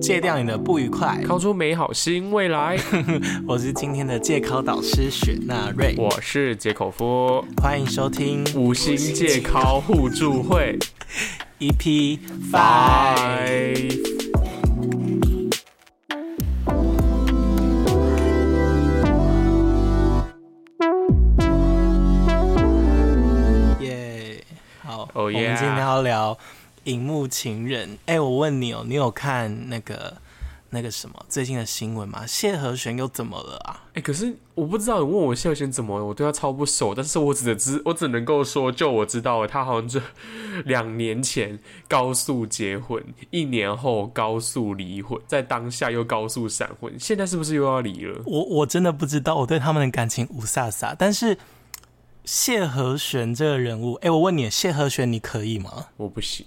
戒掉你的不愉快。敲出美好新未来。嗯 我是今天的戒考导师雪纳瑞，我是解口夫，欢迎收听五星戒考互助会 EP E Five。 Five。耶、好 Oh 我们 yeah 今天要聊《荧幕情人》。哎、我问你哦，你有看那个那个什么最近的新闻吗？谢和弦又怎么了啊？哎，可是我不知道你问我谢贤怎么了，我对他超不熟，但是我只能知，我 只能够说，就我知道了，他好像就两年前高速结婚，一年后高速离婚，在当下又高速闪婚，现在是不是又要离了？我我真的不知道，我对他们的感情无飒飒。但是谢和弦这个人物，哎、我问你，谢和弦你可以吗？我不行，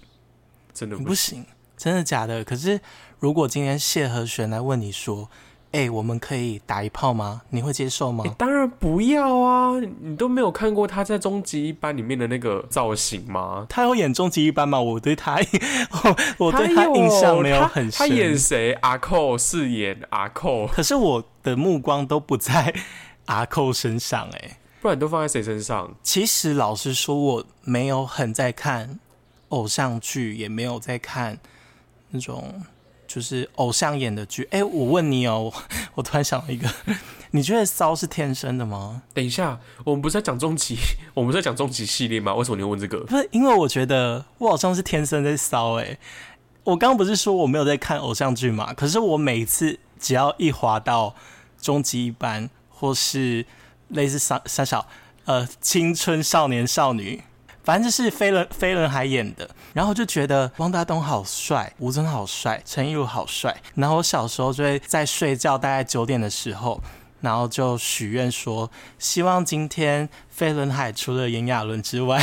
真的你不不行。行，真的假的？可是如果今天谢和弦来问你说，哎、我们可以打一炮吗？你会接受吗？欸当然不要啊！你都没有看过他在终极一班里面的那个造型吗？他有演终极一班吗？我对他， 我我对他印象没有很深。他他演谁？阿寇饰演阿寇，可是我的目光都不在 阿寇身上哎、不然都放在谁身上？其实老实说，我没有很在看偶像剧，也没有在看那种就是偶像演的剧。哎、我问你哦、我 我突然想到一个， 你觉得骚是天生的吗？等一下，我们不是在讲终极， 我们是在讲终极系列吗？为什么你会问这个？不是，因为我觉得我好像是天生在骚哎、我刚刚不是说我没有在看偶像剧嘛？可是我每一次只要一滑到终极一班，或是类似三三小呃青春少年少女，反正就是飞轮飞轮海演的，然后就觉得汪大东好帅，吴尊好帅，陈亦儒好帅。然后我小时候就会在睡觉大概九点的时候。然后就许愿说，希望今天飞轮海除了炎亚纶之外，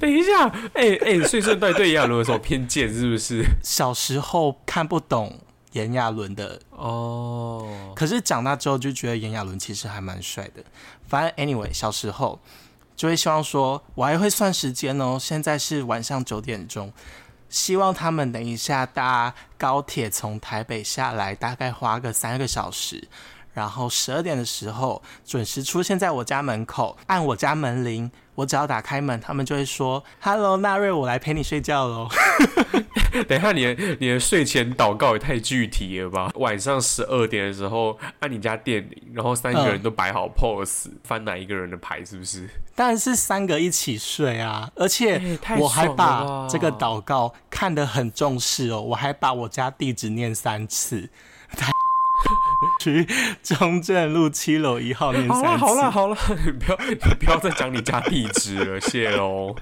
等一下，哎、哎、所以说你到底对炎亚纶有什么偏见？是 不是？小时候看不懂炎亚纶的，哦，可是长大之后就觉得炎亚纶其实还蛮帅的。反正 anyway，小时候就会希望说，我还会算时间哦，现在是晚上九点钟，希望他们等一下搭高铁从台北下来，大概花个三个小时。然后十二点的时候准时出现在我家门口，按我家门铃，我只要打开门，他们就会说：“Hello，纳瑞，我来陪你睡觉喽。”等一下你的你的睡前祷告也太具体了吧？晚上十二点的时候按你家电铃，然后三个人嗯都摆好 pose，、翻哪一个人的牌？是不是？当然是三个一起睡啊，而哎且太我还爽了把吧这个祷告看得很重视哦，我还把我家地址念三次， 去中正路七楼一号念好啦三次。好啦好啦，你 不要你不要再讲你家地址了， 谢喽。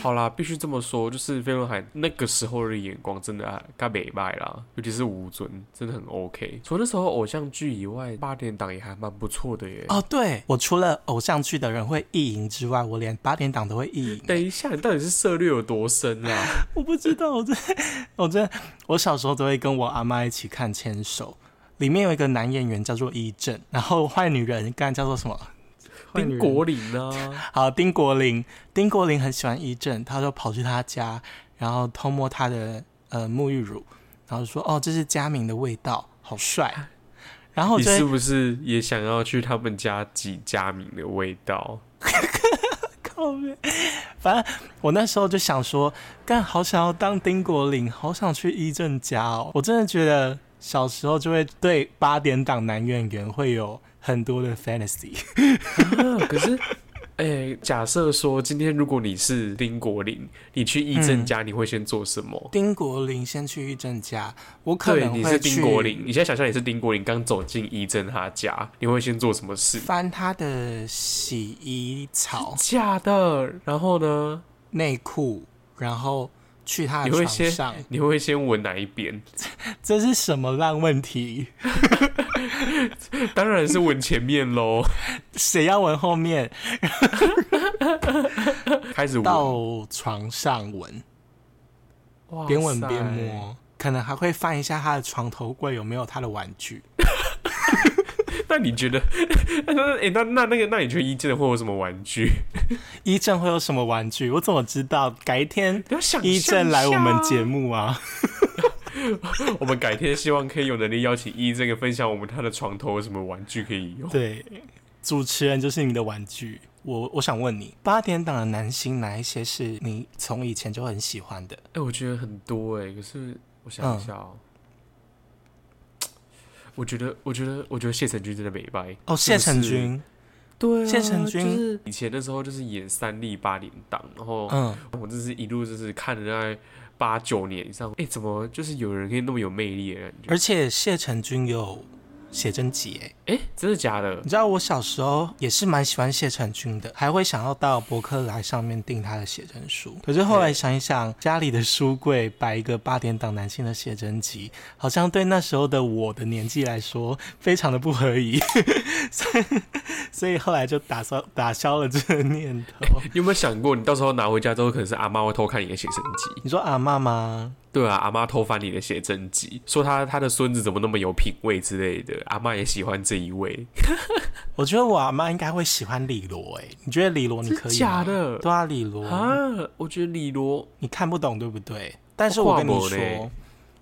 好啦，必须这么说，就是飞轮海那个时候的眼光真的啊该美败啦，尤其是吴尊，真的很 OK。除了那时候偶像剧以外，八点档也还蛮不错的耶。哦，对我除了偶像剧的人会意淫之外，我连八点档都会意淫。等一下，你到底是涉略有多深 啊？我不知道，我真的我真的我小时候都会跟我阿妈一起看《牵手》，里面有一个男演员叫做一正，然后坏女人刚才叫做什么？坏女丁人国林啊，好，丁国林，丁国林很喜欢一正，他就跑去他家，然后偷摸他的呃沐浴乳，然后说：“哦，这是佳明的味道，好帅。”然 后我你啊就是会不是也想要去他们家挤佳明的味 道？靠背，反正我那时候就想说，干好想要当丁国林，好想去一正家哦。我真的觉得小时候就会对八点档男演员会有很多的 fantasy。啊可是， 哎、假设说今天如果你是丁国林，你去义正家，你会先做什么？ 丁国林先去一正家，我可对，能你会是去丁国林，你现在想象你是丁国林刚走进义正他家，你会先做什么事？翻他的洗衣槽。假的，然后呢？内裤，然后去他的你会床先上，你会先闻哪一边？ 这是什么烂问题？当然是闻前面喽，谁要闻后面？开始闻，到床上闻，哇边闻边塞。摸，可能还会翻一下他的床头柜有没有他的玩具。那你觉得？ 那哎、那那那个，那你觉得一正会有什么玩具？ 一正会有什么玩具？我怎么知道？改天不要想一正来我们节目，目啊！我们改天希望可以有能力邀请一这个分享我们他的床头有什么玩具可以 用。对，主持人就是你的玩具。我我想问你，八点档的男星哪一些是你从以前就很喜欢的？哎、我觉得很多哎、可是我想一嗯下哦、我觉得，我觉得，我觉得谢承君真的美白哦，是谢不承是君，对、啊，谢承君就是以前的时候就是演三立八点档，然后嗯，我这是一路就是看了大概八九年以上，哎、怎么就是有人可以那么有魅力的感觉？而且谢承君有写真集诶。哎、真的假的你？知道我小时候也是蛮喜欢谢承君的，还会想要到博客来上面订他的写真书。可是后来想一想，家里的书柜摆一个八点档男性的写真集，好像对那时候的我的年纪来说非常的不合宜， 所以所以后来就打消打消了这个念头。你有没有想过，你到时候拿回家之后，可能是阿妈会偷看你的写真集？你说阿妈吗？对啊，阿妈偷翻你的写真集，说他他的孙子怎么那么有品味之类的，阿妈也喜欢这一位，我觉得我阿妈应该会喜欢李罗诶、你觉得李罗你可以吗假的对啊，李罗啊？我觉得李罗你看不懂对不对？但是我跟你我看不说嘞，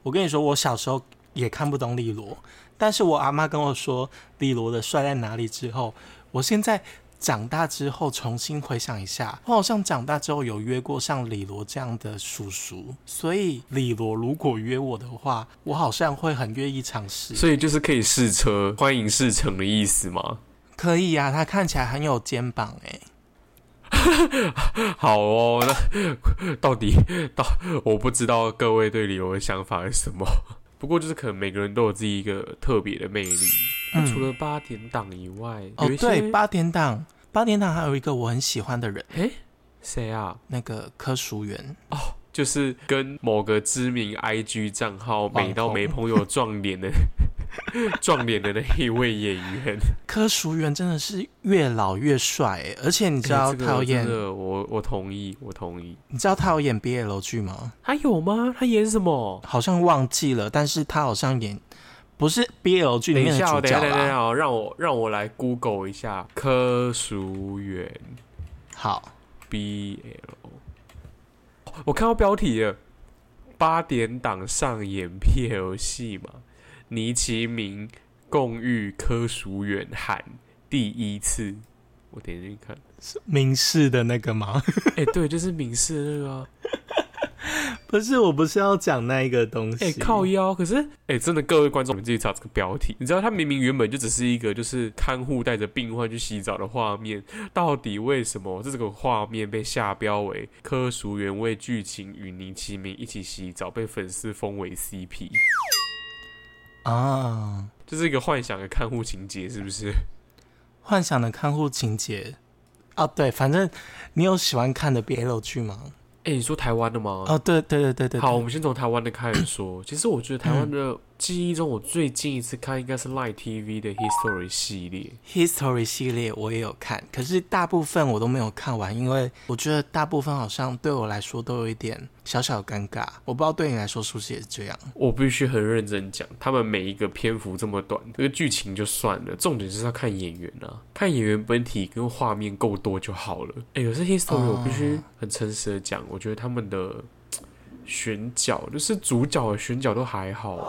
我跟你说，我小时候也看不懂利罗，但是我阿妈跟我说利罗的帅在哪里之后，我现在长大之后重新回想一下，我好像长大之后有约过像李罗这样的叔叔，所以李罗如果约我的话，我好像会很愿意尝试。所以就是可以试车，欢迎试乘的意思 吗？可以啊，他看起来很有肩膀哎、好哦，那 到底到我不知道各位对理由的想法是什么， 不过就是可能每个人都有自己一个特别的魅力。那除了八点档以外，嗯哦有一，些对，八点档，八点档还有一个我很喜欢的人，谁啊？那个柯淑媛。就是跟某个知名 IG 账号网美到红没朋友撞脸 的撞脸的那一位演 员。柯淑媛真的是越老越帅欸，而且你知道哎这个他有演，真的我我同意，我同意。你知道他有演 BL 剧吗？他有吗？他演什么？好像忘记了，但是他好像演不是 BL 剧里等一面的下哦，主等一角下，等一啦。下哦，让我让我来 Google 一下柯淑媛好， BL。我看到标题了，八点档上演 BL 戏嘛？倪其明共遇柯淑媛喊第一次，我点进去看，明视的那个吗？ 哎、对，就是明视的那个、啊，不是，我不是要讲那一个东西。哎、靠腰，可是哎、真的，各位观众，你们自己查这个标题，你知道他明明原本就只是一个就是看护带着病患去洗澡的画面，到底为什么这个画面被下标为柯淑媛为剧情与倪其明一起洗澡，被粉丝封为 CP？啊！这是一个幻想的看护情节，是不是？幻想的看护情节啊，对，反正你有喜欢看的 BL 剧吗？哎、你说台湾的吗？哦，对对对对对，好，我们先从台湾的开始说。其实我觉得台湾的记忆中，我最近一次看应该是 Line TV 的 History 系列。 History 系列我也有看，可是大部分我都没有看完，因为我觉得大部分好像对我来说都有一点小小尴尬。我不知道对你来说是不是也是这样？我必须很认真讲，他们每一个篇幅这么短，这个剧情就算了，重点就是要看演员啊，看演员本体跟画面够多就好了。哎、可是 history 哦我必须很诚实的讲，我觉得他们的嘖选角，就是主角的选角都还好、欸，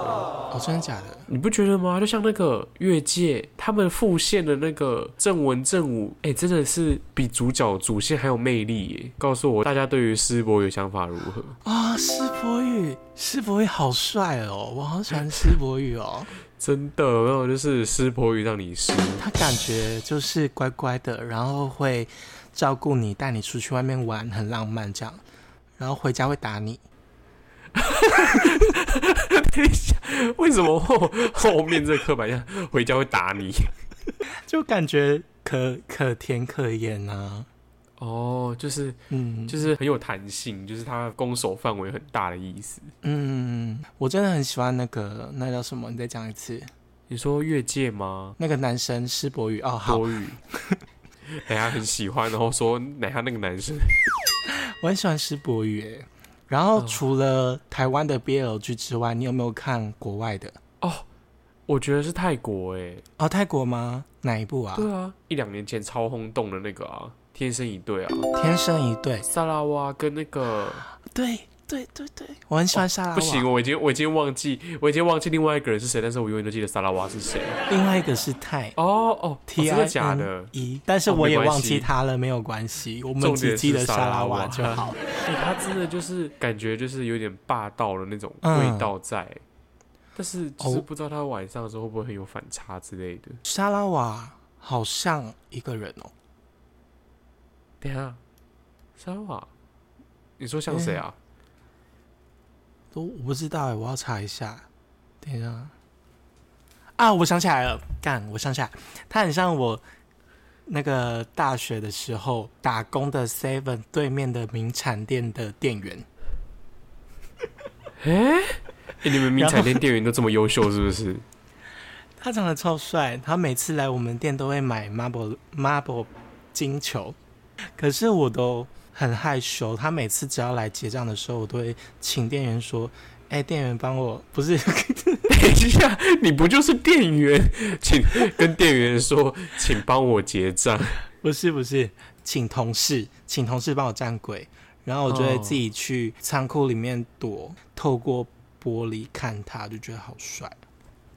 哦，真的假的？你不觉得吗？就像那个越界，他们副线的那个正文正武，哎、真的是比主角主线还有魅力耶、告诉我大家对于师伯有想法如何？啊、施柏宇，施柏宇好帅哦，我好喜欢施柏宇哦，真的，有没有就是师伯与让你失他感觉就是乖乖的，然后会照顾你，带你出去外面玩，很浪漫这样，然后回家会打你。 为什么后后面这个刻板印象回家会打你？就感觉可可甜可盐啊，哦，就是嗯，就是很有弹性，就是它攻守范围很大的意思。嗯，我真的很喜欢那个，那叫什么？你再讲一次。你说越界吗？那个男生施柏宇哦，好，多 语，奶他哎很喜欢，然后说奶他那个男生，我很喜欢施柏宇诶。然后哦除了台湾的 BL 剧之外，你有没有看国外的？我觉得是泰国哎、哦，泰国吗？哪一部啊？对啊，一两年前超轰动的那个啊，天生一对啊，天生一对，萨拉哇跟那个对，对对对，我很喜欢沙拉瓦。哦不行，我已经我已经忘记我已经忘记另外一个人是谁，但是我永远都记得萨拉瓦是谁。另外一个是泰哦哦， T 真 I 的假的 N？E，但是哦我没也关忘系记他了，没有关系，我们重只点记是得沙沙拉拉瓦就瓦好。哎、他真的就是感觉就是有点霸道的那种嗯味道在，但是就是哦不知道他晚上的时候会不会很有反差之类的。沙拉瓦好像一个人哦，等一下，沙瓦，你说像谁啊？都我不知道哎，我要查一下。等一下啊，我想起来了，干，我想起来，他很像我那个大学的时候打工的 Seven 对面的名产店的店员。哎、哎你们名产店店员都这么优秀是不是？他长得超帅，他每次来我们店都会买 marble marble 金球，可是我都很害羞。他每次只要来结账的时候，我都会请店员说：“哎、店员帮我，不是等一下，你不就是店员？请跟店员说，请帮我结账。不是不是，请同事，请同事帮我站柜。”然后我就会哦自己去仓库里面躲，透过玻璃看他，就觉得好帅。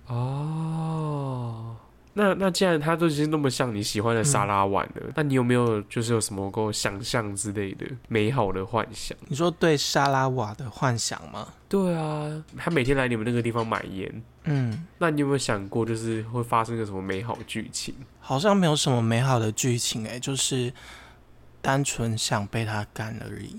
哦，那那既然他都已经那么像你喜欢的沙拉碗了，那你有没有就是有什么够想象之类的美好的幻想？你说对沙拉瓦的幻想吗？对啊，他每天来你们那个地方买烟，嗯，那你有没有想过就是会发生个什么美好剧情？ 好像没有什么美好的剧情哎、就是单纯想被他干而已。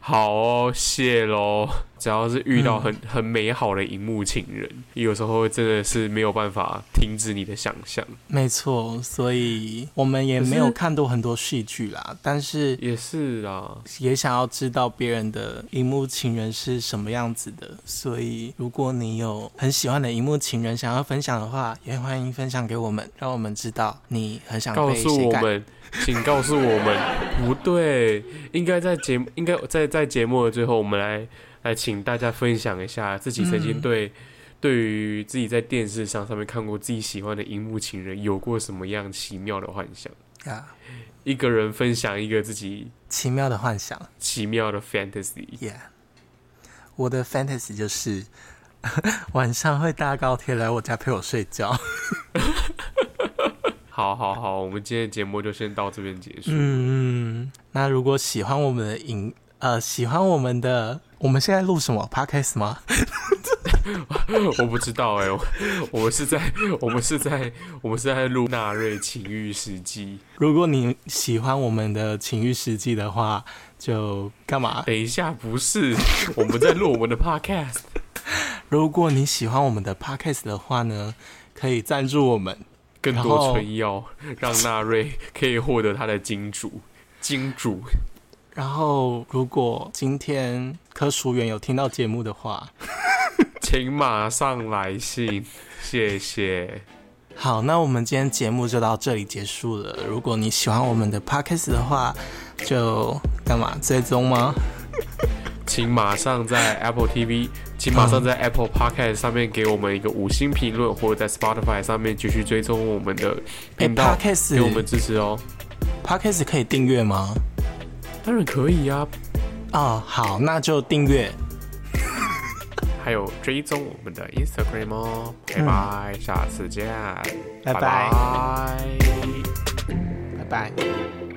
好哦，谢喽。只要是遇到很、很美好的荧幕情人，有时候真的是没有办法停止你的想象。没错，所以我们也可是没有看过很多戏剧啦，但是也是啊啦，也想要知道别人的荧幕情人是什么样子的。所以，如果你有很喜欢的荧幕情人想要分享的话，也欢迎分享给我们，让我们知道你很想告啊被诉谁我干。们，请告诉我们，不对，应该在节目，应该在在节目的最后，我们来来请大家分享一下自己曾经嗯对、对于自己在电视上上面看过自己喜欢的荧幕情人有过什么样奇妙的幻想。啊，一个人分享一个自己奇妙的幻想。奇妙的 fantasy， Yeah，我的 fantasy 就是晚上会搭高铁来我家陪我睡觉。好好好，我们今天的节目就先到这边结束。 嗯，嗯那如果喜欢我们的影，呃，喜欢我们的，我们现在录什么 podcast 吗？我不知道哎、我我们是在我们是在我们是在录纳瑞情欲时机。如果你喜欢我们的情欲实际的话，就干嘛？等一下，不是，我们在录我们的 podcast。如果你喜欢我们的 podcast 的话呢，可以赞助我们。更然后多春药，哦让纳瑞可以获得他的金主。金主，然后，如果今天科属员有听到节目的话，请马上来信，谢谢。好，那我们今天节目就到这里结束了。如果你喜欢我们的 podcast 的话，就干嘛追踪吗？请马上在 Apple TV，请马上在 Apple Podcast 上面给我们一个五星评论，或者在 Spotify 上面继续追踪我们的哎频道， ，podcast 给我们支持哦。 podcast 可以订阅吗？当然可以啊，哦，好，那就订阅，还有追踪我们的 Instagram 哦。嗯拜拜，下次见，拜拜拜拜拜拜。